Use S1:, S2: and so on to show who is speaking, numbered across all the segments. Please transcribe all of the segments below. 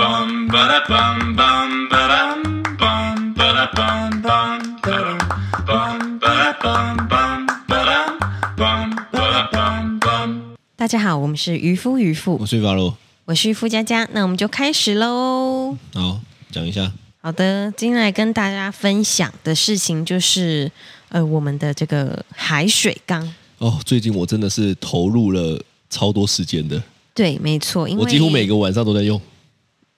S1: bum ba da bum bum ba dum bum ba da bum bum ba dum bum ba da bum bum ba dum bum ba da bum bum.
S2: 大家好，我们是渔夫渔妇
S3: 我，是法洛，
S2: 我是渔夫佳佳，那我们就开始喽。
S3: 好，讲一下，
S2: 好的，今天来跟大家分享的事情就是，呃，我们的这个海水缸。
S3: 哦，最近我真的是投入了超多时间的，
S2: 对，没错，因为
S3: 我几乎每个晚上都在用，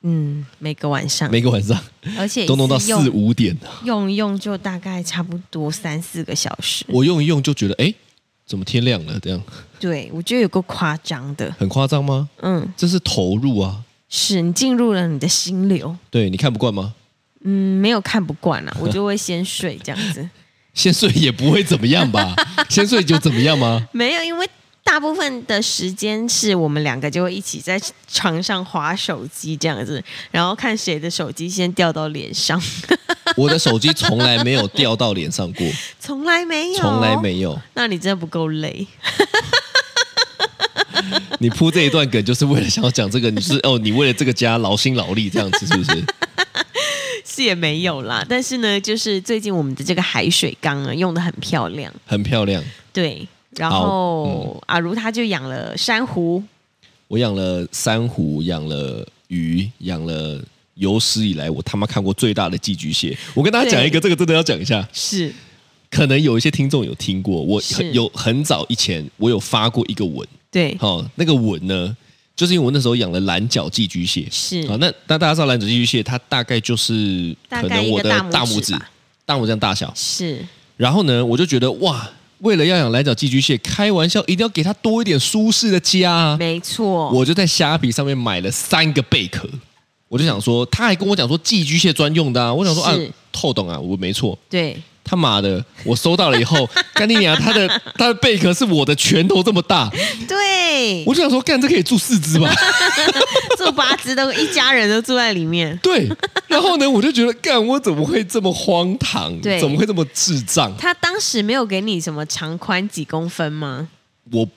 S2: 嗯每个晚上，
S3: 每个晚上
S2: 而且
S3: 都弄到
S2: 一次
S3: 四
S2: 用
S3: 五点，
S2: 用一用就大概差不多三四个小时。
S3: 我用一用就觉得，哎，怎么天亮了？这样
S2: 对我觉得有个夸张的，
S3: 很夸张吗？
S2: 嗯，
S3: 这是投入啊，
S2: 是你进入了你的心流，
S3: 对你看不惯吗？
S2: 嗯，没有看不惯啊，我就会先睡这样子。
S3: 先睡也不会怎么样吧？先睡就怎么样吗？
S2: 没有，因为大部分的时间是我们两个就会一起在床上划手机这样子，然后看谁的手机先掉到脸上，
S3: 我的手机从来没有掉到脸上过，
S2: 从来没有，
S3: 从来。没有。
S2: 那你真的不够累，
S3: 你铺这一段梗就是为了想要讲这个，你是哦，你为了这个家劳心劳力这样子是不是？
S2: 是也没有啦。但是呢，就是最近我们的这个海水缸啊，用的很漂亮，
S3: 很漂亮。
S2: 对。然
S3: 好嗯
S2: 后、阿如他就养了珊瑚，
S3: 我养了珊瑚，养了鱼，养了有史以来我他妈看过最大的寄居蟹。我跟大家讲一个，这个真的要讲一下。
S2: 是
S3: 可能有一些听众有听过，我
S2: 是
S3: 很有很早以前我有发过一个文，
S2: 对，
S3: 好、那个文呢，就是因为我那时候养了蓝角寄居蟹，
S2: 是
S3: 好、那那大家知道蓝角寄居蟹，它大概就是
S2: 大
S3: 可
S2: 概
S3: 能
S2: 一
S3: 我
S2: 个
S3: 的
S2: 大拇
S3: 大
S2: 指
S3: 拇指
S2: 吧，
S3: 大拇指这样大小，
S2: 是
S3: 然后呢，我就觉得哇，为了要养蓝角寄居蟹，开玩笑一定要给它多一点舒适的家啊。
S2: 没错，
S3: 我就在虾皮上面买了三个贝壳，我就想说，他还跟我讲说寄居蟹专用的啊，我想说啊
S2: 是，
S3: 透懂啊，我没错。
S2: 对
S3: 他妈的，我收到了以 后，干你娘！他的他的贝壳是我的拳头这么大，
S2: 对，
S3: 我就想说，干这可以住 四只吧？
S2: 住八只都一家人都住在里面，
S3: 对。然后呢，我就觉得，干我怎么会这么荒唐？
S2: 对
S3: 怎么会这么智障？
S2: 他当时没有给你什么长宽几公分吗？
S3: 我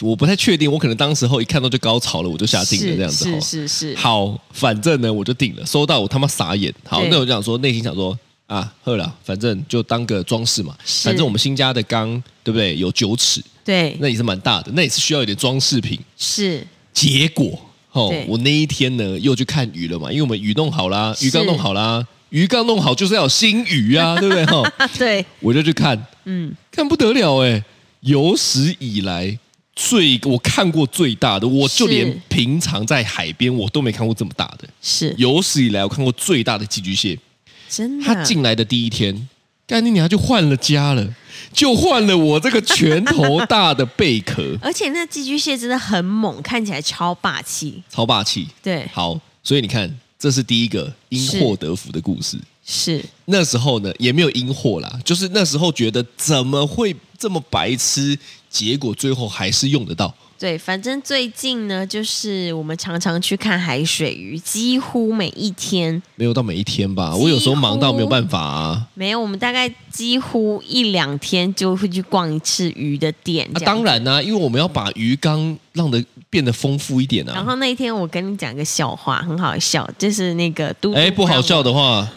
S3: 我不太确定，我可能当时候一看到就高潮了，我就下定了
S2: 是
S3: 这样子。哦好
S2: 是
S3: 了
S2: 是是，
S3: 好，反正呢我就定了，收到我他妈傻眼。好
S2: 对，
S3: 那我就想说，内心想说啊，喝了，反正就当个装饰嘛。
S2: 是嗯
S3: 反正我们新家的缸，对不对？有九尺，
S2: 对，
S3: 那也是蛮大的，那也是需要一点装饰品。
S2: 是
S3: 结果哦
S2: 对，
S3: 我那一天呢又去看鱼了嘛，因为我们鱼弄好啦，
S2: 是
S3: 鱼缸弄好啦，鱼缸弄好就是要有新 鱼啊，对不对？哈、
S2: 啊，对，
S3: 我就去看，
S2: 嗯，
S3: 看不得了哎、有史以来。最我看过最大的，我就是连平常在海边我都没看过这么大的。
S2: 是
S3: 有史以来我看过最大的寄居蟹。
S2: 真的。，
S3: 它进来的第一天，干你娘就换了家了，就换了我这个拳头大的贝壳
S2: 而且那寄居蟹真的很猛，看起来超霸气。
S3: 超霸气。
S2: 对，
S3: 好，所以你看，这是第一个因祸得福的故事。
S2: 是
S3: 那时候呢，也没有因祸啦，就是那时候觉得怎么会这么白痴，结果最后还是用得到。
S2: 对。反正最近呢，就是我们常常去看海水鱼，几乎每一天
S3: 没有到每一天吧，我有时候忙到没有办法啊。
S2: 没有，我们大概几乎一两天就会去逛一次鱼的店。
S3: 啊
S2: 这样
S3: 当然啦、因为我们要把鱼缸让得变得丰富一点啊。
S2: 然后那一天我跟你讲个笑话，很好笑，就是那个嘟嘟
S3: 哎，不好
S2: 让我
S3: 笑的话，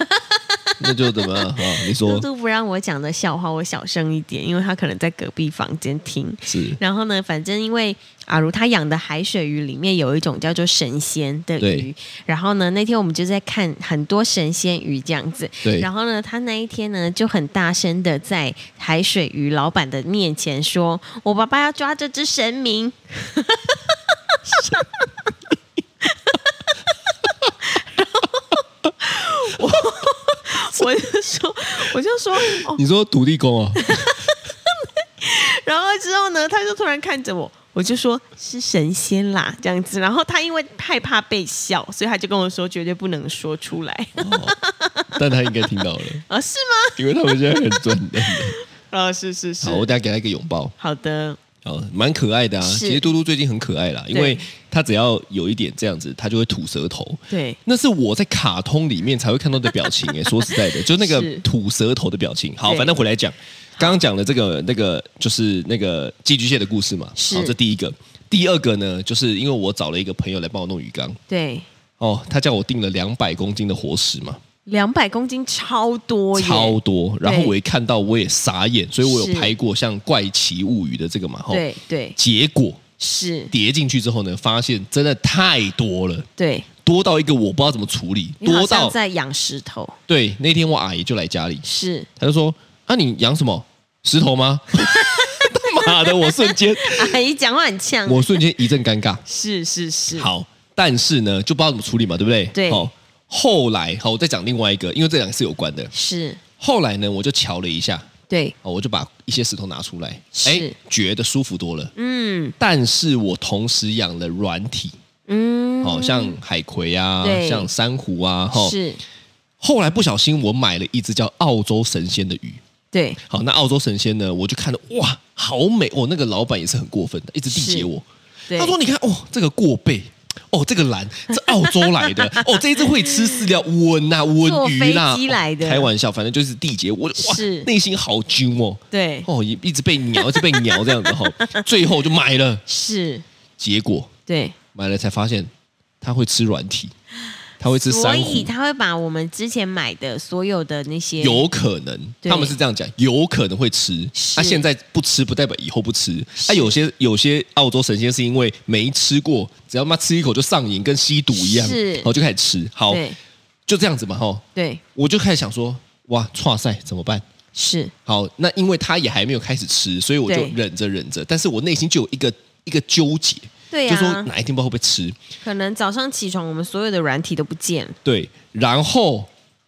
S3: 那就怎么样啊？你
S2: 嘟
S3: 说
S2: 嘟不让我讲的笑话，我小声一点，因为他可能在隔壁房间听。
S3: 是
S2: 然后呢，反正因为阿如他养的海水鱼里面有一种叫做神仙的鱼
S3: 对，
S2: 然后呢，那天我们就在看很多神仙鱼这样子。
S3: 对
S2: 然后呢，他那一天呢就很大声的在海水鱼老板的面前说：“我爸爸要抓这只神明。” 然后我我就说，我就说，哦，
S3: 你说土地公啊？
S2: 然后之后呢，他就突然看着我，我就说是神仙啦这样子。然后他因为害怕被笑，所以他就跟我说绝对不能说出来
S3: 但他应该听 到了，
S2: 啊，是吗？
S3: 因为他们现在很准的。
S2: 啊，是是 是
S3: 好，，我等一下给他一个拥抱，
S2: 好的，
S3: 哦，蛮可爱的啊。
S2: 是
S3: 其实嘟嘟最近很可爱啦，因为他只要有一点这样子，他就会吐舌头。
S2: 对，
S3: 那是我在卡通里面才会看到的表 情诶、说实在的，就那个
S2: 是
S3: 吐舌头的表情。好，
S2: 对
S3: 反正回来讲，刚刚讲的这个那个就是那个寄居蟹的故事嘛。
S2: 是
S3: 好，这第一个。第二个呢，就是因为我找了一个朋友来帮我弄鱼缸，
S2: 对，
S3: 哦，他叫我订了两百公斤的活食嘛，
S2: 两百公斤超多耶，
S3: 超多。然后
S2: 对
S3: 我一看到我也傻眼，所以我有
S2: 是
S3: 拍过像《怪奇物语》的这个嘛，吼。
S2: 对对
S3: 结果
S2: 是，
S3: 叠进去之后呢，发现真的太多了，
S2: 对
S3: 多到一个我不知道怎么处理，
S2: 你好
S3: 多
S2: 像
S3: 到
S2: 在养石头，
S3: 对。那天我阿姨就来家里，
S2: 是
S3: 她就说：“啊，你养什么石头吗？” 他妈的，我瞬间
S2: 阿姨讲话很呛，
S3: 我瞬间一阵尴尬。
S2: 是是是，
S3: 好，但是呢，就不知道怎么处理嘛，对不对？
S2: 对
S3: 好，后来好，我再讲另外一个，因为这两个是有关的。
S2: 是，
S3: 后来呢，我就瞧了一下，
S2: 对，
S3: 哦，我就把一些石头拿出来，
S2: 是
S3: 哎，觉得舒服多了。
S2: 嗯
S3: 但是我同时养了软体，
S2: 嗯，
S3: 哦，像海葵啊，
S2: 对
S3: 像珊瑚啊，哈、
S2: 是，
S3: 后来不小心我买了一只叫澳洲神仙的鱼。
S2: 对，
S3: 好，那澳洲神仙呢，我就看了，哇，好美哦！那个老板也是很过分的，一直缔结
S2: 是
S3: 我。
S2: 对，
S3: 他说：“你看哦，这个过背，哦，这个蓝，这澳洲来的，哦，这一只会吃饲料温呐、温鱼啦、
S2: 坐飞机来的
S3: 哦开玩笑，反正就是缔结我，哇
S2: 是，
S3: 内心好揪哦，
S2: 对
S3: 哦，一一直被鸟，一直被鸟这样子哈、哦，最后就买了，
S2: 是，
S3: 结果
S2: 对，
S3: 买了才发现它会吃软体，它会吃
S2: 所
S3: 珊瑚
S2: 以，他会把我们之前买的所有的那些
S3: 有可能，
S2: 对
S3: 他们是这样讲，有可能会吃。
S2: 是
S3: 他、现在不吃，不代表以后不吃。啊，有些有些澳洲神仙是因为没吃过，只要妈吃一口就上瘾，跟吸毒一样，
S2: 是
S3: 然后就开始吃。好，
S2: 对
S3: 就这样子嘛，吼，
S2: 对
S3: 我就开始想说，哇，哇塞，怎么办？
S2: 是，
S3: 好，那因为他也还没有开始吃，所以我就
S2: 对
S3: 忍着忍着，但是我内心就有一个一个纠结，
S2: 对
S3: 就说
S2: 啊，
S3: 哪一天不知道会不会吃。
S2: 可能早上起床我们所有的软体都不见了，
S3: 对，然后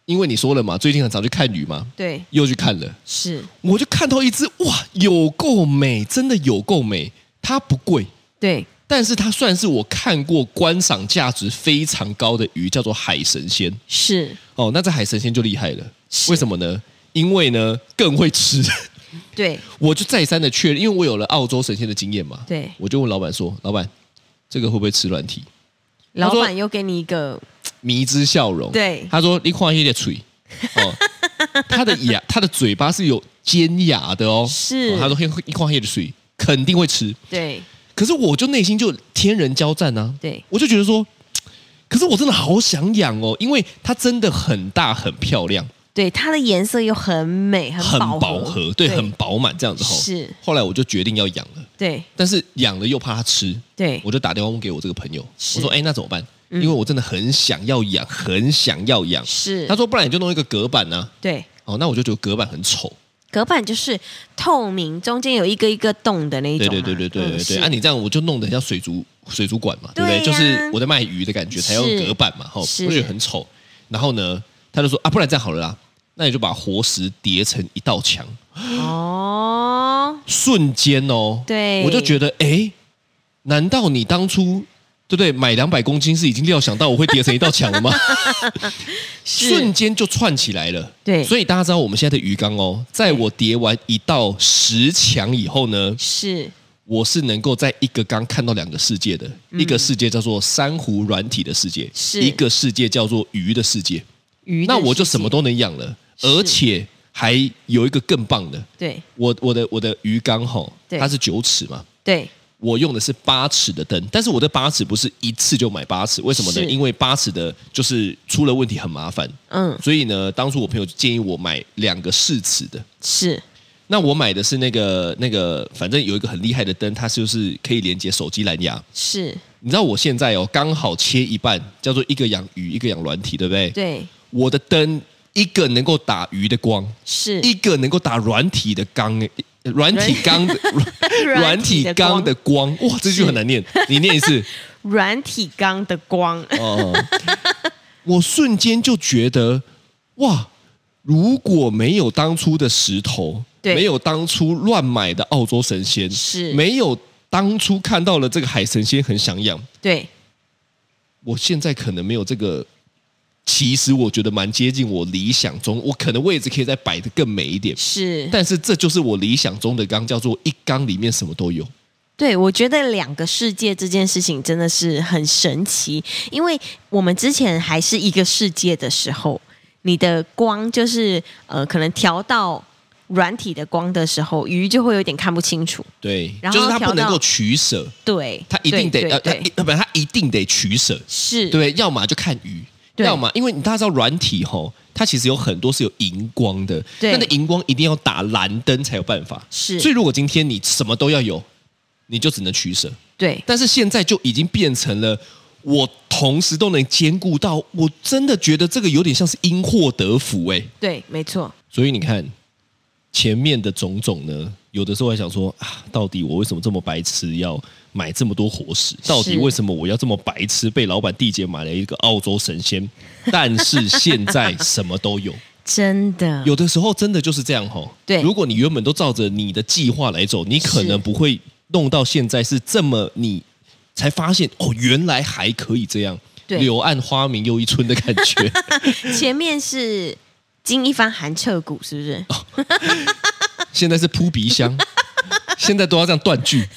S3: 因为你说了嘛，最近很常去看鱼嘛，
S2: 对，
S3: 又去看了。
S2: 是，
S3: 我就看到一只哇，有够美，真的有够美。它不贵，
S2: 对，
S3: 但是它算是我看过观赏价值非常高的鱼，叫做海神仙。
S2: 是，
S3: 哦，那这海神仙就厉害了，为什么呢？因为呢更会吃。
S2: 对，
S3: 我就再三的确认，因为我有了澳洲神仙的经验嘛。
S2: 对
S3: 我就问老板说：“老板，这个会不会吃软体
S2: 老
S3: 说
S2: 板又给你一个，？”
S3: 迷之笑容。
S2: 对
S3: 他说：“你看一点嘴，哦，他的牙，他的嘴巴是有尖牙的哦。
S2: 是
S3: 哦他说：“一看一点嘴，肯定会吃。”
S2: 对
S3: 可是我就内心就天人交战啊，
S2: 对
S3: 我就觉得说，嘖可是我真的好想养哦，因为它真的很大很漂亮，
S2: 对，它的颜色又很美，
S3: 很
S2: 饱
S3: 饱和，对，
S2: 对
S3: 很饱满这样子吼。
S2: 是
S3: 后来我就决定要养了，
S2: 对
S3: 但是养了又怕它吃，
S2: 对
S3: 我就打电话问给我这个朋友，
S2: 是嗯
S3: 我说：“哎，那怎么办？因为我真的很想要养，很想要养。”
S2: 是，
S3: 他说：“不然你就弄一个隔板呢、
S2: 对。
S3: 哦，那我就觉得隔板很丑。
S2: 隔板就是透明，中间有一个一个洞的那一
S3: 对
S2: 种嘛。
S3: 对对对对对
S2: 嗯
S3: 对，啊，你这样我就弄得很像水族水族馆嘛，对不对？
S2: 对呀
S3: 就是我在卖鱼的感觉，
S2: 是
S3: 才用隔板嘛，吼，我
S2: 是
S3: 觉得很丑。然后呢，他就说啊，不然这样好了啦，那你就把活石叠成一道墙，
S2: 是哦，
S3: 瞬间哦，
S2: 对
S3: 我就觉得，哎，难道你当初对不对买两百公斤是已经料想到我会叠成一道墙 了吗？
S2: 是
S3: 瞬间就串起来了。
S2: 对
S3: 所以大家知道我们现在的鱼缸哦，在我叠完一道石墙以后呢，
S2: 是
S3: 我是能够在一个缸看到两个世界的，一个世界叫做珊瑚软体的世界，
S2: 嗯是
S3: 一个世界叫做鱼的世界。
S2: 鱼的
S3: 那我就
S2: 世界
S3: 什么都能养了，
S2: 是
S3: 而且还有一个更棒的，
S2: 对
S3: 我我的我的鱼缸吼，
S2: 对
S3: 它是九尺嘛。
S2: 对
S3: 我用的是八尺的灯，但是我的八尺不是一次就买八尺，为什么呢？
S2: 是
S3: 因为八尺的就是出了问题很麻烦，
S2: 嗯
S3: 所以呢，当初我朋友就建议我买两个四尺的，
S2: 是
S3: 那我买的是那个那个，反正有一个很厉害的灯，它就是可以连接手机蓝牙。
S2: 是
S3: 你知道我现在哦，刚好切一半，叫做一个养鱼，一个养软体，对不对？
S2: 对
S3: 我的灯一个能够打鱼的光，
S2: 是
S3: 一个能够打软体的缸，呃软体缸 的软体缸的光。哇，这句很难念，你念一次
S2: 软体缸的光，
S3: 哦。我瞬间就觉得，哇！如果没有当初的石头，
S2: 对
S3: 没有当初乱买的澳洲神仙，
S2: 是
S3: 没有当初看到了这个海神仙很想养，
S2: 对
S3: 我现在可能没有这个，其实我觉得蛮接近我理想中，我可能位置可以再摆得更美一点。
S2: 是
S3: 但是这就是我理想中的缸，叫做一缸里面什么都有。
S2: 对，我觉得两个世界这件事情真的是很神奇，因为我们之前还是一个世界的时候，你的光就是呃，可能调到软体的光的时候，鱼就会有点看不清楚。
S3: 对，
S2: 然后
S3: 就是他不
S2: 调
S3: 能
S2: 到
S3: 够取舍，
S2: 对，
S3: 他一定得
S2: 对
S3: 呃，
S2: 对
S3: 他
S2: 对
S3: 一呃不，他一定得取舍，
S2: 是，
S3: 对，要么就看鱼，
S2: 对
S3: 要么因为你大家知道软体吼，它其实有很多是有荧光的，
S2: 对
S3: 那个荧光一定要打蓝灯才有办法。
S2: 是
S3: 所以如果今天你什么都要有，你就只能取舍。
S2: 对，
S3: 但是现在就已经变成了。我同时都能兼顾到，我真的觉得这个有点像是因祸得福哎、
S2: 对，没错，
S3: 所以你看前面的种种呢，有的时候还想说啊，到底我为什么这么白痴要买这么多活食？到底为什么我要这么白痴被老板地姐买了一个澳洲神仙？但是现在什么 都有，
S2: 真的
S3: 有的时候真的就是这样吼。
S2: 对
S3: 如果你原本都照着你的计划来走，你可能不会弄到现在是这么你。才发现哦，原来还可以这样，
S2: 对
S3: 柳暗花明又一村的感 觉。
S2: 前面是经一番寒彻骨，是不是？
S3: 哦现在是扑鼻香，现在都要这样断句。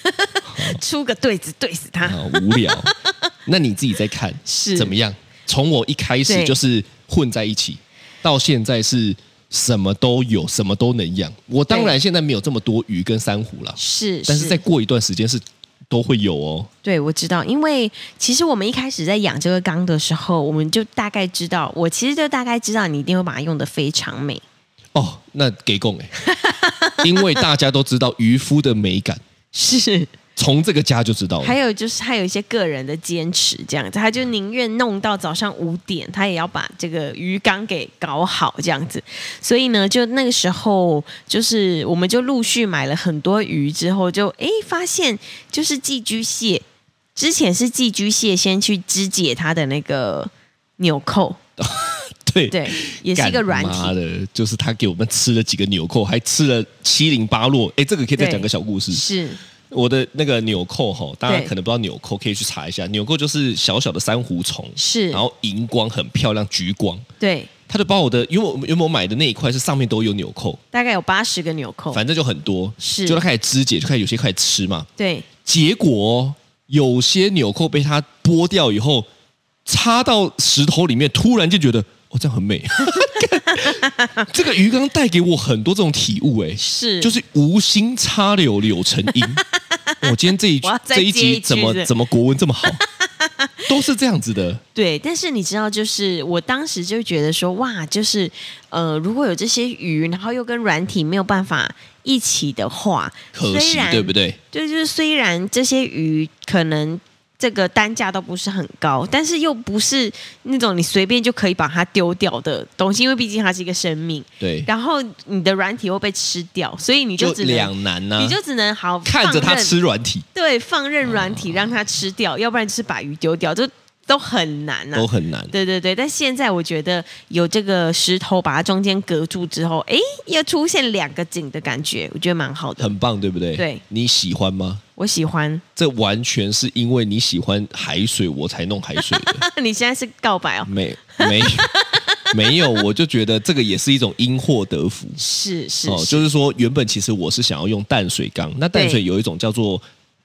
S2: 出个对子对死他，
S3: 啊，无 聊。那你自己在看
S2: 是
S3: 怎么样？从我一开始
S2: 对
S3: 就是混在一起，到现在是什么都有，什么都能养。我当然现在没有这么多鱼跟珊瑚了，
S2: 是，
S3: 但是再过一段时间是都会有哦。
S2: 对，我知道，因为其实我们一开始在养这个缸的时候，我们就大概知道，我其实就大概知道你一定会把它用的非常美。
S3: 哦，那给 供哎，因为大家都知道渔夫的美感，
S2: 是，
S3: 从这个家就知道
S2: 还
S3: 了。
S2: 有就是他有一些个人的坚持，这样子，他就宁愿弄到早上五点，他也要把这个鱼缸给搞好，这样子。所以呢，就那个时候，就是我们就陆续买了很多鱼，之后就诶发现就是寄居蟹，之前是寄居蟹先去肢解它的那个纽扣，
S3: 对，
S2: 对，也是一个软体
S3: 干妈。的，就是他给我们吃了几个纽扣，还吃了七零八落。哎，这个可以再
S2: 对
S3: 讲个小故事。
S2: 是
S3: 我的那个纽扣哈，大家
S2: 对
S3: 可能不知道纽扣，可以去查一下。纽扣就是小小的珊瑚虫，
S2: 是
S3: 然后荧光很漂亮，橘光。
S2: 对，
S3: 他就把我的，因为我原本我买的那一块是上面都有纽扣，
S2: 大概有八十个纽扣，
S3: 反正就很多，
S2: 哦是
S3: 就他开始肢解，就开始有些开始吃嘛。
S2: 对，
S3: 结果有些纽扣被他剥掉以后，插到石头里面，突然就觉得哦，这样很美。 这个鱼缸带给我很多这种体悟、哎，
S2: 是
S3: 就是无心插柳柳成 荫。我今天这一句
S2: 我要再
S3: 这一
S2: 接一
S3: 集
S2: 句
S3: 怎么
S2: 是
S3: 怎么国文这 么好，都是这样子的。
S2: 对，但是你知道，就是我当时就觉得说，哇，就是呃，如果有这些鱼，然后又跟软体没有办法一起的话，
S3: 可惜
S2: 虽然
S3: 对不？对？
S2: 对，就是虽然这些鱼可能这个单价都不是很高，但是又不是那种你随便就可以把它丢掉的东西，因为毕竟它是一个生命。
S3: 对，
S2: 然后你的软体又被吃掉，所以你
S3: 就
S2: 就只能
S3: 两难呐、
S2: 你就只能好
S3: 嗯看着它
S2: 放任
S3: 吃哦软体
S2: 对，放任软体让它吃掉，要不然就是把鱼丢掉，这都很难呐、
S3: 都很难。
S2: 对对对，但现在我觉得有这个石头把它中间隔住之后，诶，又出现两个景的感觉，我觉得蛮好的，
S3: 很棒，对不对？
S2: 对，
S3: 你喜欢吗？
S2: 我喜欢。
S3: 这完全是因为你喜欢海水，我才弄海水的。
S2: 你现在是告白哦？
S3: 没没没有，我就觉得这个也是一种因祸得福。
S2: 是是
S3: 哦，
S2: 是，
S3: 就是说，原本其实我是想要用淡水缸，那淡水
S2: 对
S3: 有一种叫做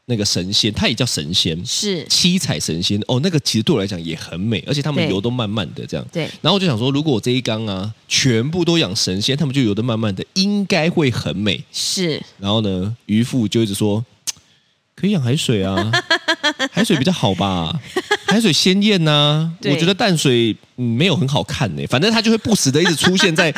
S3: 那个神仙，它也叫神仙，
S2: 是
S3: 七彩神仙哦，那个其实对我来讲也很美，而且它们
S2: 对
S3: 游都慢慢的这样。
S2: 对
S3: 然后我就想说，如果我这一缸啊，全部都养神仙，它们就游得慢慢的，应该会很美。
S2: 是，
S3: 然后呢，渔父就一直说，可以养海 水啊，海水比较好吧，海水鲜艳呐、
S2: 对
S3: 我觉得淡水、嗯、没有很好看呢、反正它就会不时的一直出现在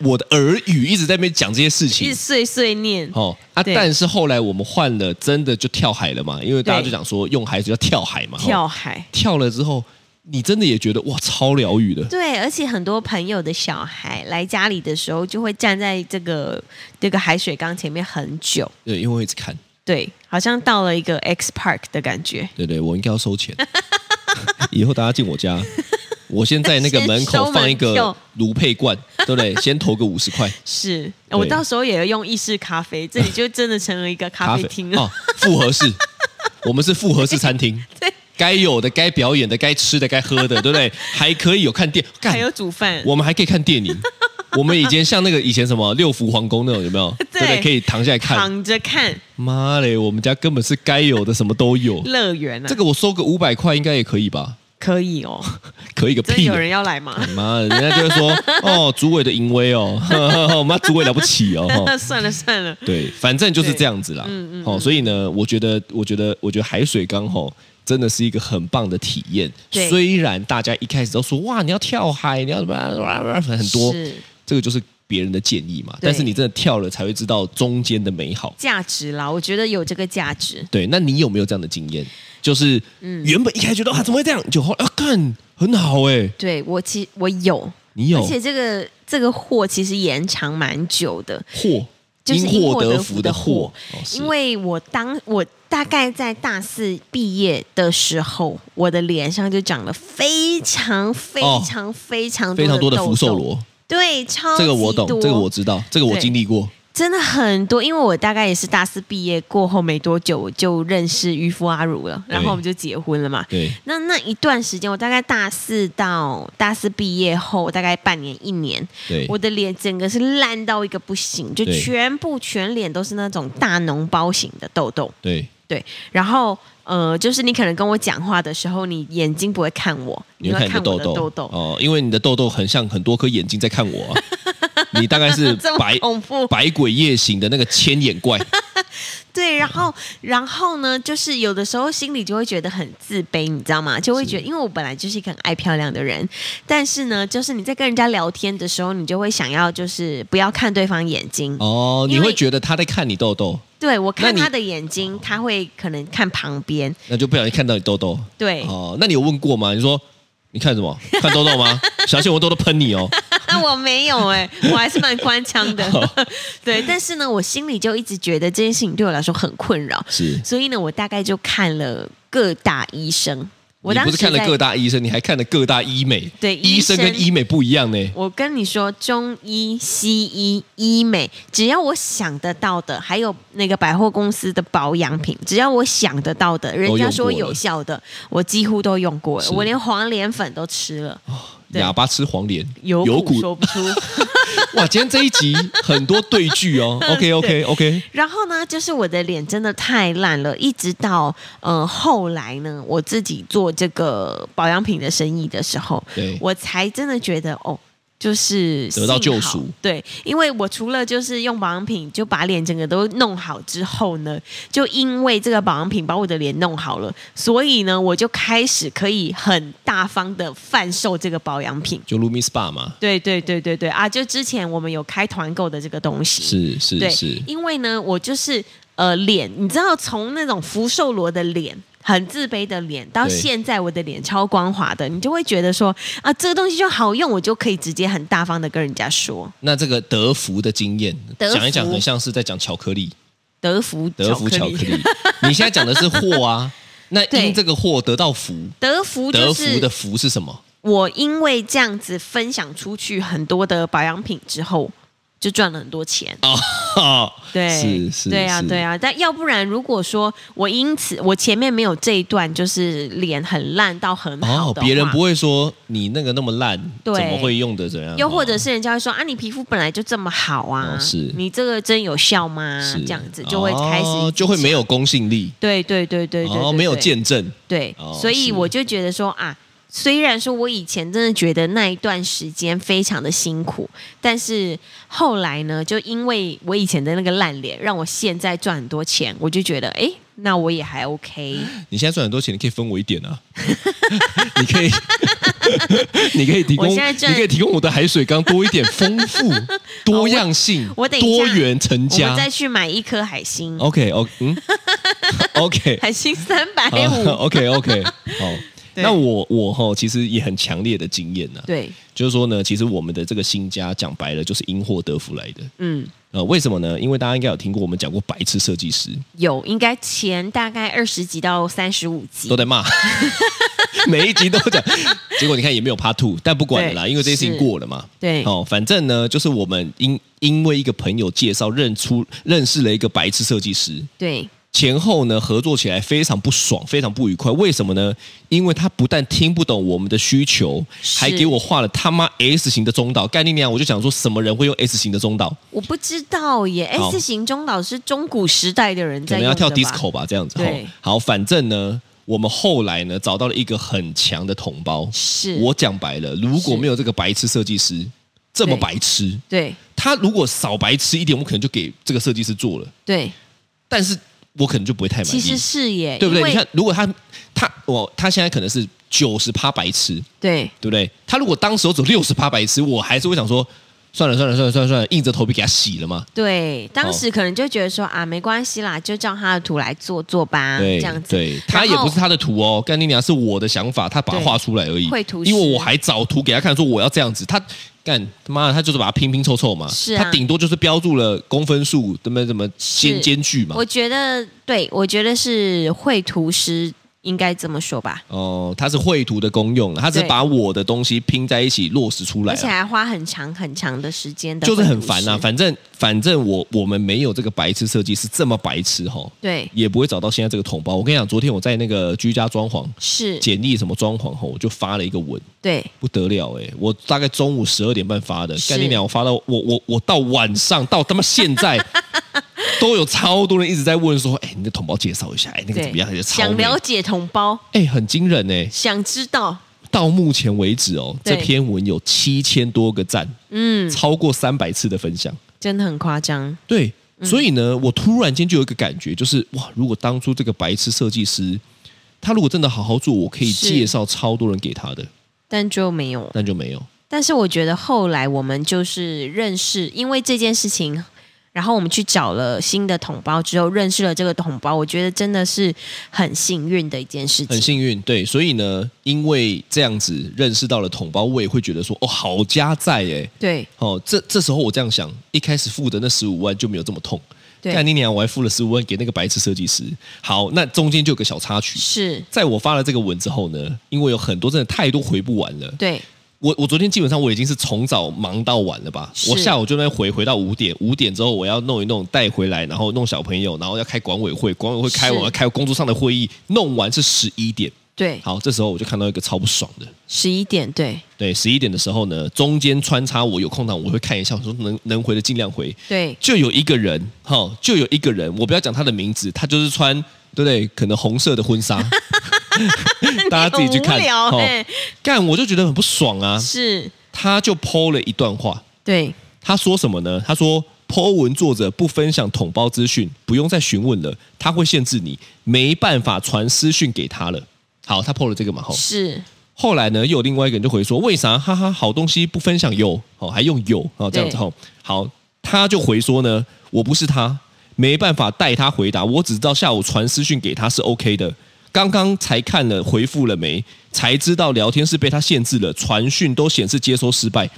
S3: 我的耳语，一直在那边讲这些事
S2: 一
S3: 情
S2: 直。碎碎念。
S3: 哦啊！
S2: 对
S3: 但是后来我们换了，真的就跳海了嘛，因为大家
S2: 对
S3: 就讲说用海水叫跳海嘛，哦
S2: 跳海。
S3: 跳了之后，你真的也觉得哇，超疗愈的。
S2: 对，而且很多朋友的小孩来家里的时候，就会站在这个这个海水缸前面很久，
S3: 对，因为我一直看，
S2: 对，好像到了一个 X Park 的感觉。
S3: 对对，我应该要收钱。 以后大家进我家，我先在那个门
S2: 先收
S3: 口
S2: 门
S3: 放一个
S2: 票
S3: 芦配罐，对 不对？先投个五十块
S2: 是
S3: 对
S2: 我到时候也要用意式咖啡，这里就真的成了一个咖啡厅了。
S3: 哦，复合式，我们是复合式餐厅，
S2: 对，
S3: 该有的、该表演的、该吃的、该喝的，对不对？还可以有看电，干
S2: 还有煮饭，
S3: 我们还可以看电影。我们以前像那个以前什么六福皇宫那种有没有？
S2: 对
S3: 对不对？可以躺下来看。
S2: 躺着看
S3: 妈嘞，我们家根本是 该有的什么都有。
S2: 乐园啊，
S3: 这个我收个五百块应该也可以吧？
S2: 可以哦。
S3: 可以个
S2: 真的
S3: 屁
S2: 有
S3: 啊！
S2: 人要来吗？
S3: 妈，人家就会说哦，主委的淫威哦， 妈，主委了不起哦。
S2: 那
S3: 吼
S2: 算了算了，
S3: 对，反正就是
S2: 对
S3: 这样子啦。嗯嗯。哦，所以呢，我觉得，我觉得，我觉得海水缸吼、真的是一个很棒的体验。
S2: 对
S3: 虽然大家一开始都说哇，你要跳海，你要什么哇哇哇很多，
S2: 是
S3: 这个就是别人的建议嘛。
S2: 对
S3: 但是你真的跳了，才会知道中间的美好。
S2: 价值啦，我觉得有这个价值。
S3: 对，那你有没有这样的经验？就是
S2: 嗯
S3: 原本一开始觉得啊，怎么会这样？就后来啊，看很好哎、
S2: 对我其我有，
S3: 你有
S2: 而且这个这个货其实延长蛮久的，
S3: 祸，
S2: 就是
S3: 因祸
S2: 因祸
S3: 得
S2: 得
S3: 福
S2: 福
S3: 的
S2: 的
S3: 祸
S2: 祸，
S3: 哦是
S2: 因为我当我大概在大四毕业的时候，我的脸上就长了非常非常非常
S3: 哦非常多的
S2: 的
S3: 福寿
S2: 痘痘，
S3: 螺，
S2: 对，超级
S3: 这个我懂，
S2: 多
S3: 这个我知道，这个我
S2: 对
S3: 经历过。
S2: 真的很多，因为我大概也是大四毕业过后没多久，我就认识渔夫阿如了，然后我们就结婚了嘛。
S3: 对，
S2: 那那一段时间，我大概大四到大四毕业后，大概半年一年，
S3: 对，
S2: 我的脸整个是烂到一个不行，就
S3: 对
S2: 全部全脸都是那种大脓包型的痘痘。
S3: 对，
S2: 对，然后呃，就是你可能跟我讲话的时候，你眼睛不会看我，
S3: 你会
S2: 会
S3: 看你的
S2: 看我
S3: 痘
S2: 的
S3: 痘
S2: 痘痘，
S3: 哦，因为你的痘痘很像很多颗眼睛在看我啊、你大概是
S2: 这么
S3: 百
S2: 恐怖。
S3: 百鬼夜行的那个千 眼怪，
S2: 对，然后然后呢，就是有的时候心里就会觉得很自卑，你知道吗？就会觉得，因为我本来就是一个很爱漂亮的人，但是呢，就是你在跟人家聊天的时候，你就会想要就是不要看对方眼睛。
S3: 哦，你
S2: 因为
S3: 会觉得他在看你痘痘，
S2: 对我看
S3: 那你
S2: 他的眼睛，他会可能看旁边。
S3: 那就不小心看到你痘痘。
S2: 对，
S3: 哦，那你有问过吗？你说你看什么？看痘痘吗？小心我痘痘喷你哦。
S2: 啊， 我没有哎、我还是蛮官腔的。
S3: 哦
S2: 对，但是呢，我心里就一直觉得这件事情对我来说很困扰，
S3: 是，
S2: 所以呢，我大概就看了各大医生。我
S3: 你
S2: 当
S3: 不
S2: 时
S3: 是看了
S2: 在
S3: 各大医生，你还看了各大医美。
S2: 对
S3: 医生跟医美不一样呢。
S2: 我跟你说，中医、西医、医美，只要我想得到的，还有那个百货公司的保养品，只要我想得到的，人
S3: 都用过
S2: 家
S3: 了
S2: 说有效的，我几乎都用过了。
S3: 是
S2: 我连黄连粉都吃了，对
S3: 哑巴吃黄连，
S2: 有
S3: 骨
S2: 苦说不出。
S3: 哇！今天这一集很多对句 哦。OK OK OK，
S2: 然后呢，就是我的脸真的太烂了，一直到呃后来呢，我自己做这个保养品的生意的时候，
S3: 对，
S2: 我才真的觉得哦。就是
S3: 得
S2: 幸
S3: 到
S2: 好
S3: 救赎，
S2: 对，因为我除了就是用保养品就把脸整个都弄好之后呢，就因为这个保养品把我的脸弄好了，所以呢，我就开始可以很大方的贩售这个保养品。
S3: 就 Lumi SPA 嘛，
S2: 对对对对对啊！就之前我们有开团购的这个东西，
S3: 是是
S2: 对
S3: 是，
S2: 因为呢，我就是呃脸，你知道，从那种福寿螺的脸。很自卑的脸，到
S3: 对
S2: 现在我的脸超光滑的，你就会觉得说啊，这个东西就好用，我就可以直接很大方的跟人家说
S3: 那这个德芙的经验，
S2: 德芙
S3: 讲一讲，很像是在讲巧克力，
S2: 德芙
S3: 德芙巧
S2: 巧
S3: 克
S2: 克
S3: 力
S2: 力，。
S3: 你现在讲的是 祸啊，那
S2: 对
S3: 因这个祸得到福，
S2: 德芙
S3: 德
S2: 就
S3: 芙的
S2: 是
S3: 福是 什么？
S2: 我因为这样子分享出去很多的保养品之后，就赚了很多钱。
S3: 哦，
S2: 对，
S3: 是是
S2: 对啊，
S3: 是
S2: 对啊。但要不然，如果说我因此我前面没有这一段，就是脸很烂到很好
S3: 哦，
S2: 的话，
S3: 别人不会说你那个那么烂，
S2: 啊对
S3: 怎么会用的怎样？
S2: 又或
S3: 哦
S2: 者是人家会说啊，你皮肤本来就这么好啊，
S3: 哦是
S2: 你这个真有效吗？
S3: 是
S2: 这样子就会开始、
S3: 哦就会没有。公信力，
S2: 对对对对对
S3: 哦，
S2: 对
S3: 没有
S2: 对
S3: 见证，
S2: 对，
S3: 哦
S2: 所以
S3: 是
S2: 我就觉得说啊，虽然说我以前真的觉得那一段时间非常的辛苦，但是后来呢，就因为我以前的那个烂脸，让我现在赚很多钱，我就觉得哎，诶那我也还 OK。
S3: 你现在赚很多钱，你可以分我一点啊！ 你可以， 你可以提供，
S2: 我
S3: 你
S2: 现在赚哦
S3: 可以提供我的海水缸多一点丰 富、多样性、
S2: 我等一下
S3: 多元成
S2: 我们再
S3: 家。
S2: 去买一颗海星，
S3: OK，哦，嗯 ，OK，
S2: 海星三百
S3: 好
S2: 五，
S3: ，OK，OK，好。
S2: 对
S3: 那我我吼，其实也很强烈的经验呐、
S2: 对，
S3: 就是说呢，其实我们的这个新家讲白了就是因祸得福来的。
S2: 嗯。
S3: 呃，为什么呢？因为大家应该有听过我们讲过白痴设计师，
S2: 有，应该前大概二十集到三十五集
S3: 都在 骂，每一集都讲，结果你看也没有 Part Two，但不管了啦，
S2: 对
S3: 因为这件事情
S2: 是
S3: 过了嘛。
S2: 对
S3: 哦，反正呢，就是我们因因为一个朋友介绍认出认识了一个白痴设计师，
S2: 对
S3: 前后呢合作起来非常不爽，非常不愉快。为什么呢？因为他不但听不懂我们的需求，
S2: 是
S3: 还给我画了他妈 S 型的中岛概念量，我就想说什么人会用 S 型的中岛？
S2: 我不知道耶。
S3: 好
S2: S 型中岛是中古时代的人
S3: 可
S2: 在
S3: 能
S2: 用
S3: 要跳
S2: 的吧
S3: disco 吧，这样子。
S2: 对
S3: 哦好，反正呢，我们后来呢找到了一个很强的同胞。
S2: 是
S3: 我讲白了，如果
S2: 是
S3: 没有这个白痴设计师这么
S2: 对
S3: 白痴，
S2: 对
S3: 他如果少白痴一点，我们可能就给这个设计师做了，
S2: 对，
S3: 但是我可能就不会太满
S2: 其实
S3: 意，
S2: 是耶，
S3: 对不
S2: 因
S3: 对？
S2: 为
S3: 你看，如果他他我他现在可能是九十趴白痴，
S2: 对
S3: 对不对？他如果当时我走六十趴白痴，我还是会想说，算了算了算了算了算了，硬着头皮给他洗了嘛。
S2: 对，当时可能就觉得说啊，没关系啦，就照他的图来做做吧，
S3: 对，
S2: 这样子。
S3: 对他也
S2: 然后
S3: 不是他的图哦，干你娘是我的想法，他把它
S2: 对
S3: 画出来而已。
S2: 绘图师
S3: 因为我还找图给他看，说我要这样子，他干他妈的，他就是把它拼拼凑凑嘛，
S2: 是啊
S3: 他顶多就是标注了公分数，怎么怎么间
S2: 是
S3: 间距嘛
S2: 我。觉得，对我觉得是绘图师应该这么说吧，
S3: 哦，它是绘图的功用了，它是
S2: 对
S3: 把我的东西拼在一起落实出来
S2: 而
S3: 了
S2: 且，还花很长很长的时间的，
S3: 就是很烦呐、反正反正我我们没有这个白痴设计师这么白痴哈、
S2: 对，
S3: 也不会找到现在这个同胞。我跟你讲，昨天我在那个居家装潢
S2: 是，
S3: 简历什么装潢后，我就发了一个文，
S2: 对，
S3: 不得了哎、我大概中午十二点半发的，
S2: 是
S3: 干你娘！我发到我我我到晚上到他妈现 在都有超多人一直在问说，哎、你的同胞介绍一下，哎、那个怎么样？
S2: 对，
S3: 也超
S2: 想
S3: 美，
S2: 了解同胞，
S3: 哎、很惊人哎、
S2: 想知道，
S3: 到目前为止哦，
S2: 对
S3: 这篇文有七千多个赞，
S2: 嗯，
S3: 超过三百次的分享。
S2: 真的很夸张，
S3: 对，所以呢，我突然间就有一个感觉，就是哇，如果当初这个白痴设计师，他如果真的好好做，我可以
S2: 是
S3: 介绍超多人给他的，
S2: 但就没有。
S3: 但就没有。
S2: 但是我觉得后来我们就是认识，因为这件事情，然后我们去找了新的同胞之后，认识了这个同胞，我觉得真的是很幸运的一件事
S3: 很
S2: 情。
S3: 幸运，对，所以呢，因为这样子认识到了同胞，我也会觉得说，哦，好家在哎，
S2: 对
S3: 哦，这这时候我这样想，一开始付的那十五万就没有这么痛，干
S2: 对，
S3: 你娘，我还付了十五万给那个白痴设计师。好，那中间就有个小插曲，
S2: 是，
S3: 在我发了这个文之后呢，因为有很多真的太多回不完了，
S2: 对
S3: 我我昨天基本上我已经是从早忙到晚了吧，
S2: 是
S3: 我下午就在那边回回到五点，五点之后我要弄一弄带回来，然后弄小朋友，然后要开管委会，管委会开完
S2: 是
S3: 要开工作上的会议，弄完是十一点。
S2: 对，
S3: 好，这时候我就看到一个超不爽的。
S2: 十一点，对
S3: 对，十一点的时候呢，中间穿插我有空档，我会看一下，我说能能回的尽量回。
S2: 对
S3: 就有一个人，哈、就有一个人，我不要讲他的名字，他就是穿，对不对？可能红色的 婚纱，大家自己去看哦
S2: 很无。聊哎、
S3: 干，我就觉得很不爽啊。
S2: 是，
S3: 他就 PO 了一段话，
S2: 对
S3: 他说什么呢？他说 Po 文作者不分享统包资讯，不用再询问了，他会限制你，没办法传私讯给他了。好，他 PO 了这个嘛，吼。
S2: 是，
S3: 后来呢，又有另外一个人就回说，为啥？哈哈，好东西不分享有哦，还用有哦，这样子
S2: 对
S3: 哦。好，他就回说呢，我不是他，没办法代他回答，我只知道下午传私讯给他是 OK 的。刚刚才看了回复了没，才知道聊天是被他限制了，传讯都显示接收失败，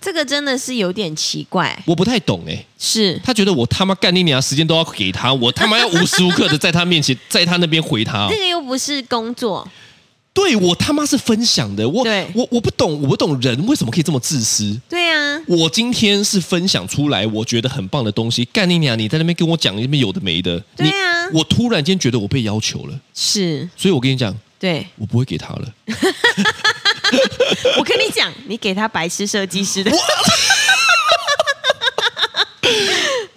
S2: 这个真的是有点奇怪，
S3: 我不太懂哎、
S2: 是
S3: 他觉得我他妈干你娘，时间都要给他，我他妈要无时无刻的在他面前， 在他那边回他、
S2: 这个又不是工作，
S3: 对我他妈是分享的，我
S2: 对
S3: 我我不懂，我不懂人为什么可以这么自私。
S2: 对啊，
S3: 我今天是分享出来，我觉得很棒的东西。干你娘！你在那边跟我讲那边有的没的，
S2: 对啊
S3: 你我突然间觉得我被要求了，
S2: 是，
S3: 所以我跟你讲，
S2: 对
S3: 我不会给他了。
S2: 我跟你讲，你给他白痴设计师的，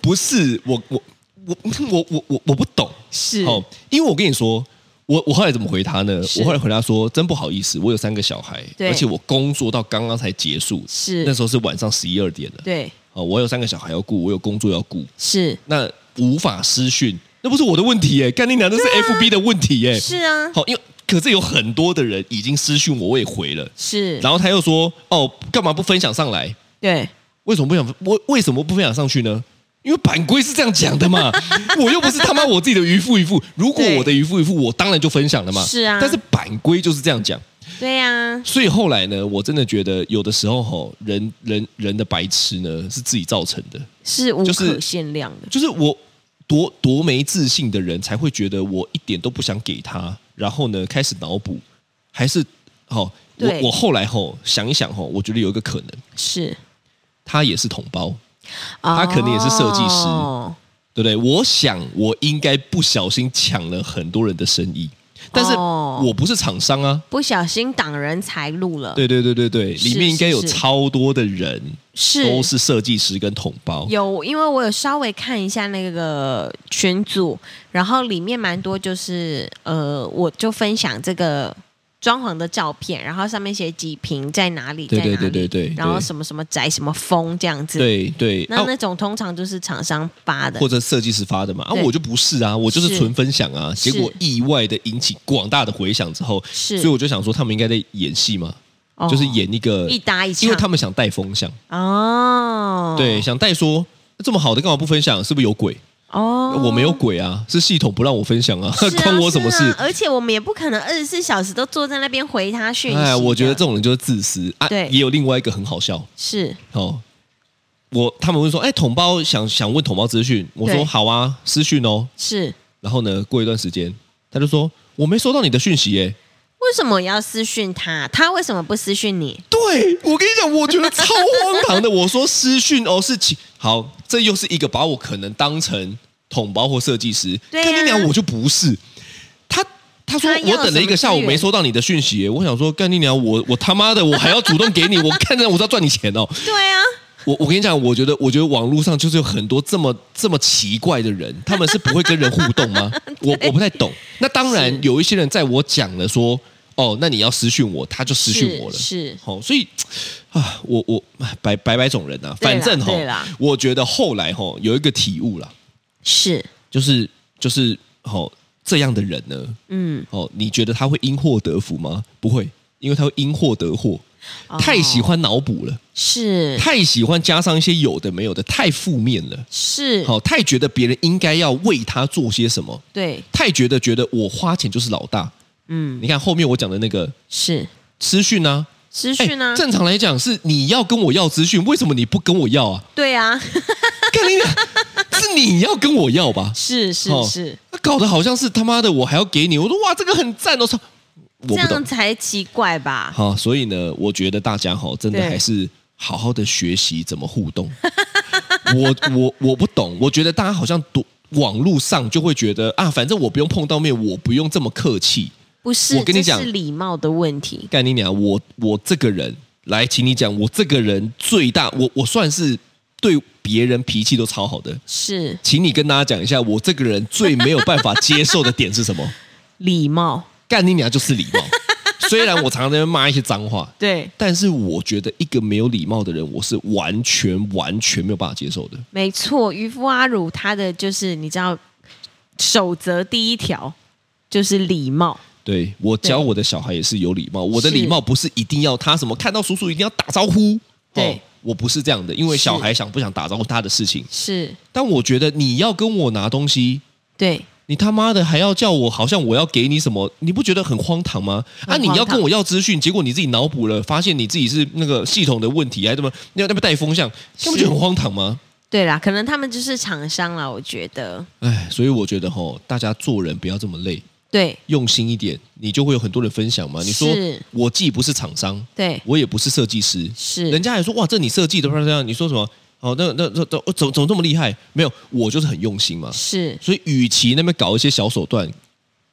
S3: 不是我我我 我我我我不懂，
S2: 是
S3: 哦，因为我跟你说，我我后来怎么回他呢？
S2: 是
S3: 我后来回答说，真不好意思，我有三个小孩，
S2: 对
S3: 而且我工作到刚刚才结束，
S2: 是
S3: 那时候是晚上十一二点了。
S2: 对
S3: 哦，我有三个小孩要顾，我有工作要顾，
S2: 是
S3: 那无法私讯，那不是我的问题耶，干你娘，那是 FB 的问题耶。
S2: 是啊，
S3: 好，因为可是有很多的人已经私讯我，我也回了，
S2: 是，
S3: 然后他又说，哦，干嘛不分享上来？
S2: 对
S3: 为什么不想我为什么不分享上去呢？因为版规是这样讲 的嘛，我又不是他妈我自己的渔夫渔夫，如果
S2: 对
S3: 我的渔夫渔夫，我当然就分享了嘛。
S2: 是啊
S3: 但是版规就是这样讲，
S2: 对啊，
S3: 所以后来呢，我真的觉得有的时候吼，人人人的白痴呢是自己造成的，
S2: 是无
S3: 就是
S2: 可限量的，
S3: 就是我多多没自信的人才会觉得我一点都不想给他，然后呢开始脑补，还是好、哦、我
S2: 对
S3: 我后来吼、想一想吼、我觉得有一个可能，
S2: 是，
S3: 他也是同胞，他可能也是设计师
S2: 哦
S3: 对不对？我想我应该不小心抢了很多人的生意，但是
S2: 哦
S3: 我不是厂商啊。
S2: 不小心挡人财路了，
S3: 对对对对对，里
S2: 是
S3: 面应该有
S2: 是是
S3: 超多的人
S2: 是
S3: 都是设计师跟统包。
S2: 有，因为我有稍微看一下那个群组，然后里面蛮多就是呃，我就分享这个装潢的照片，然后上面写几平在哪里，在
S3: 对
S2: 哪里，
S3: 对对对对，
S2: 然后什么什么宅什么风这样子。
S3: 对对，
S2: 那
S3: 啊
S2: 那种通常就是厂商发的
S3: 或，者设计师发的嘛，啊，
S2: 对
S3: 我就不是啊，我就是
S2: 是
S3: 纯分享啊，
S2: 是
S3: 结果意外的引起广大的回响之后，
S2: 是
S3: 所以我就想说他们应该在演戏嘛，
S2: 哦
S3: 就是演一个
S2: 一搭一唱，
S3: 因为他们想带风向，
S2: 哦，
S3: 对，想带说这么好的干嘛不分享？是不是有鬼？
S2: 哦，
S3: 我没有鬼啊，是系统不让我分享啊，
S2: 是啊，
S3: 关我什么
S2: 是啊
S3: 事？
S2: 而且我们也不可能二十四小时都坐在那边回他讯息啊的。
S3: 哎，我觉得这种人就是自私啊。
S2: 对
S3: 也有另外一个很好笑
S2: 是
S3: 哦。我他们会说，哎，统包想想问统包资讯，我说
S2: 对
S3: 好啊，私讯哦。
S2: 是，
S3: 然后呢，过一段时间，他就说我没收到你的讯息耶。
S2: 为什么要私讯他？他为什么不私讯你？
S3: 对我跟你讲，我觉得超荒唐的。我说私讯哦，是请好，这又是一个把我可能当成统包或设计师，
S2: 对啊
S3: 跟你讲，我就不是。他他说
S2: 他要
S3: 我等了一个下
S2: 什么
S3: 午
S2: 资源
S3: 没收到你的讯息耶，我想说干你娘，我我他妈的我还要主动给你，我看着我是要赚你钱哦。
S2: 对啊，
S3: 我我跟你讲，我觉得我觉得网络上就是有很多这么这么奇怪的人，他们是不会跟人互动 吗？我我不太懂。那当然，有一些人在我讲了说，哦，那你要私讯我，他就私讯我了。
S2: 是是
S3: 好、所以啊，我我哎百百百种人呐、啊，
S2: 对啦
S3: 反正哈、
S2: 对啦
S3: 我觉得后来哈、有一个体悟啦，
S2: 是，
S3: 就是就是哦、这样的人呢，
S2: 嗯，
S3: 哦，你觉得他会因祸得福吗？不会，因为他会因祸得祸，太喜
S2: 哦
S3: 欢脑补了。
S2: 是
S3: 太喜欢加上一些有的没有的，太负面了。
S2: 是，
S3: 好，太觉得别人应该要为他做些什么，
S2: 对，
S3: 太觉得觉得我花钱就是老大。
S2: 嗯，
S3: 你看后面我讲的那个
S2: 是
S3: 资讯呢、
S2: 私
S3: 哎
S2: 讯啊呢？
S3: 正常来讲是你要跟我要资讯，为什么你不跟我要啊？
S2: 对啊，
S3: 干你娘是你要跟我要吧？
S2: 是是
S3: 哦
S2: 是，
S3: 那搞得好像是他妈的我还要给你，我说哇这个很赞哦，我操，我
S2: 这
S3: 不
S2: 样
S3: 懂。
S2: 才奇怪吧？
S3: 好，所以呢，我觉得大家哈，真的
S2: 对
S3: 还是好好的学习怎么互动。 我我我不懂，我觉得大家好像读网络上就会觉得啊，反正我不用碰到面，我不用这么客气。
S2: 不是，
S3: 我跟你
S2: 这
S3: 讲
S2: 是礼貌的问题。
S3: 干你娘！我我这个人，来，请你讲，我这个人最大，我我算是对别人脾气都超好的，
S2: 是
S3: 请你跟大家讲一下，我这个人最没有办法接受的点是什么？
S2: 礼貌，
S3: 干你娘就是礼貌。虽然我常常在那边骂一些脏话，
S2: 对，
S3: 但是我觉得一个没有礼貌的人，我是完全完全没有办法接受的。
S2: 没错。渔夫阿鲁他的就是你知道，守则第一条就是礼貌，
S3: 对我教
S2: 对
S3: 我的小孩也是有礼貌，我的
S2: 是
S3: 礼貌不是一定要他什么看到叔叔一定要打招呼，哦
S2: 对
S3: 我不是这样的，因为
S2: 是
S3: 小孩想不想打招呼他的事情。
S2: 是
S3: 但我觉得你要跟我拿东西，
S2: 对，
S3: 你他妈的还要叫我，好像我要给你什么，你不觉得很荒唐吗？
S2: 很
S3: 啊，
S2: 荒
S3: 你
S2: 唐
S3: 要跟我要资讯，结果你自己脑补了，发现你自己是那个系统的问题，还这么那那么带风向，那不
S2: 是
S3: 就很荒唐吗？
S2: 对啦，可能他们就是厂商啦，我觉得
S3: 哎，所以我觉得吼，大家做人不要这么累，
S2: 对
S3: 用心一点，你就会有很多人分享嘛。你说
S2: 是
S3: 我既不是厂商，
S2: 对
S3: 我也不是设计师，
S2: 是
S3: 人家还说哇，这你设计的，不然这样，你说什么？哦，那那那那怎么怎么这么厉害？没有，我就是很用心嘛。
S2: 是
S3: 所以，与其那边搞一些小手段，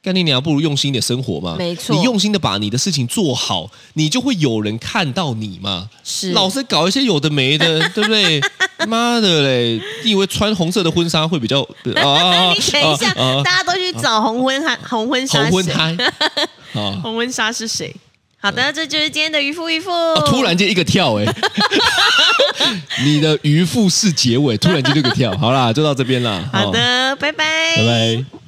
S3: 干你娘，不如用心一点生活嘛。
S2: 没错
S3: 你用心的把你的事情做好，你就会有人看到你嘛。
S2: 是
S3: 老是搞一些有的没 的，对不对？妈的嘞！你以为穿红色的婚纱会 比较啊啊啊
S2: 哎你等一下，
S3: 啊啊
S2: 大家都去找红婚哈红婚纱
S3: 红
S2: 是谁，
S3: 婚胎 啊！
S2: 红婚纱是谁？好的，这就是今天的渔夫渔夫、
S3: 啊嗯突然间一个跳 哎、你的渔父是结尾，突然间就一个跳，好啦，就到这边啦。
S2: 好
S3: 哦，
S2: 的，拜拜，
S3: 拜拜。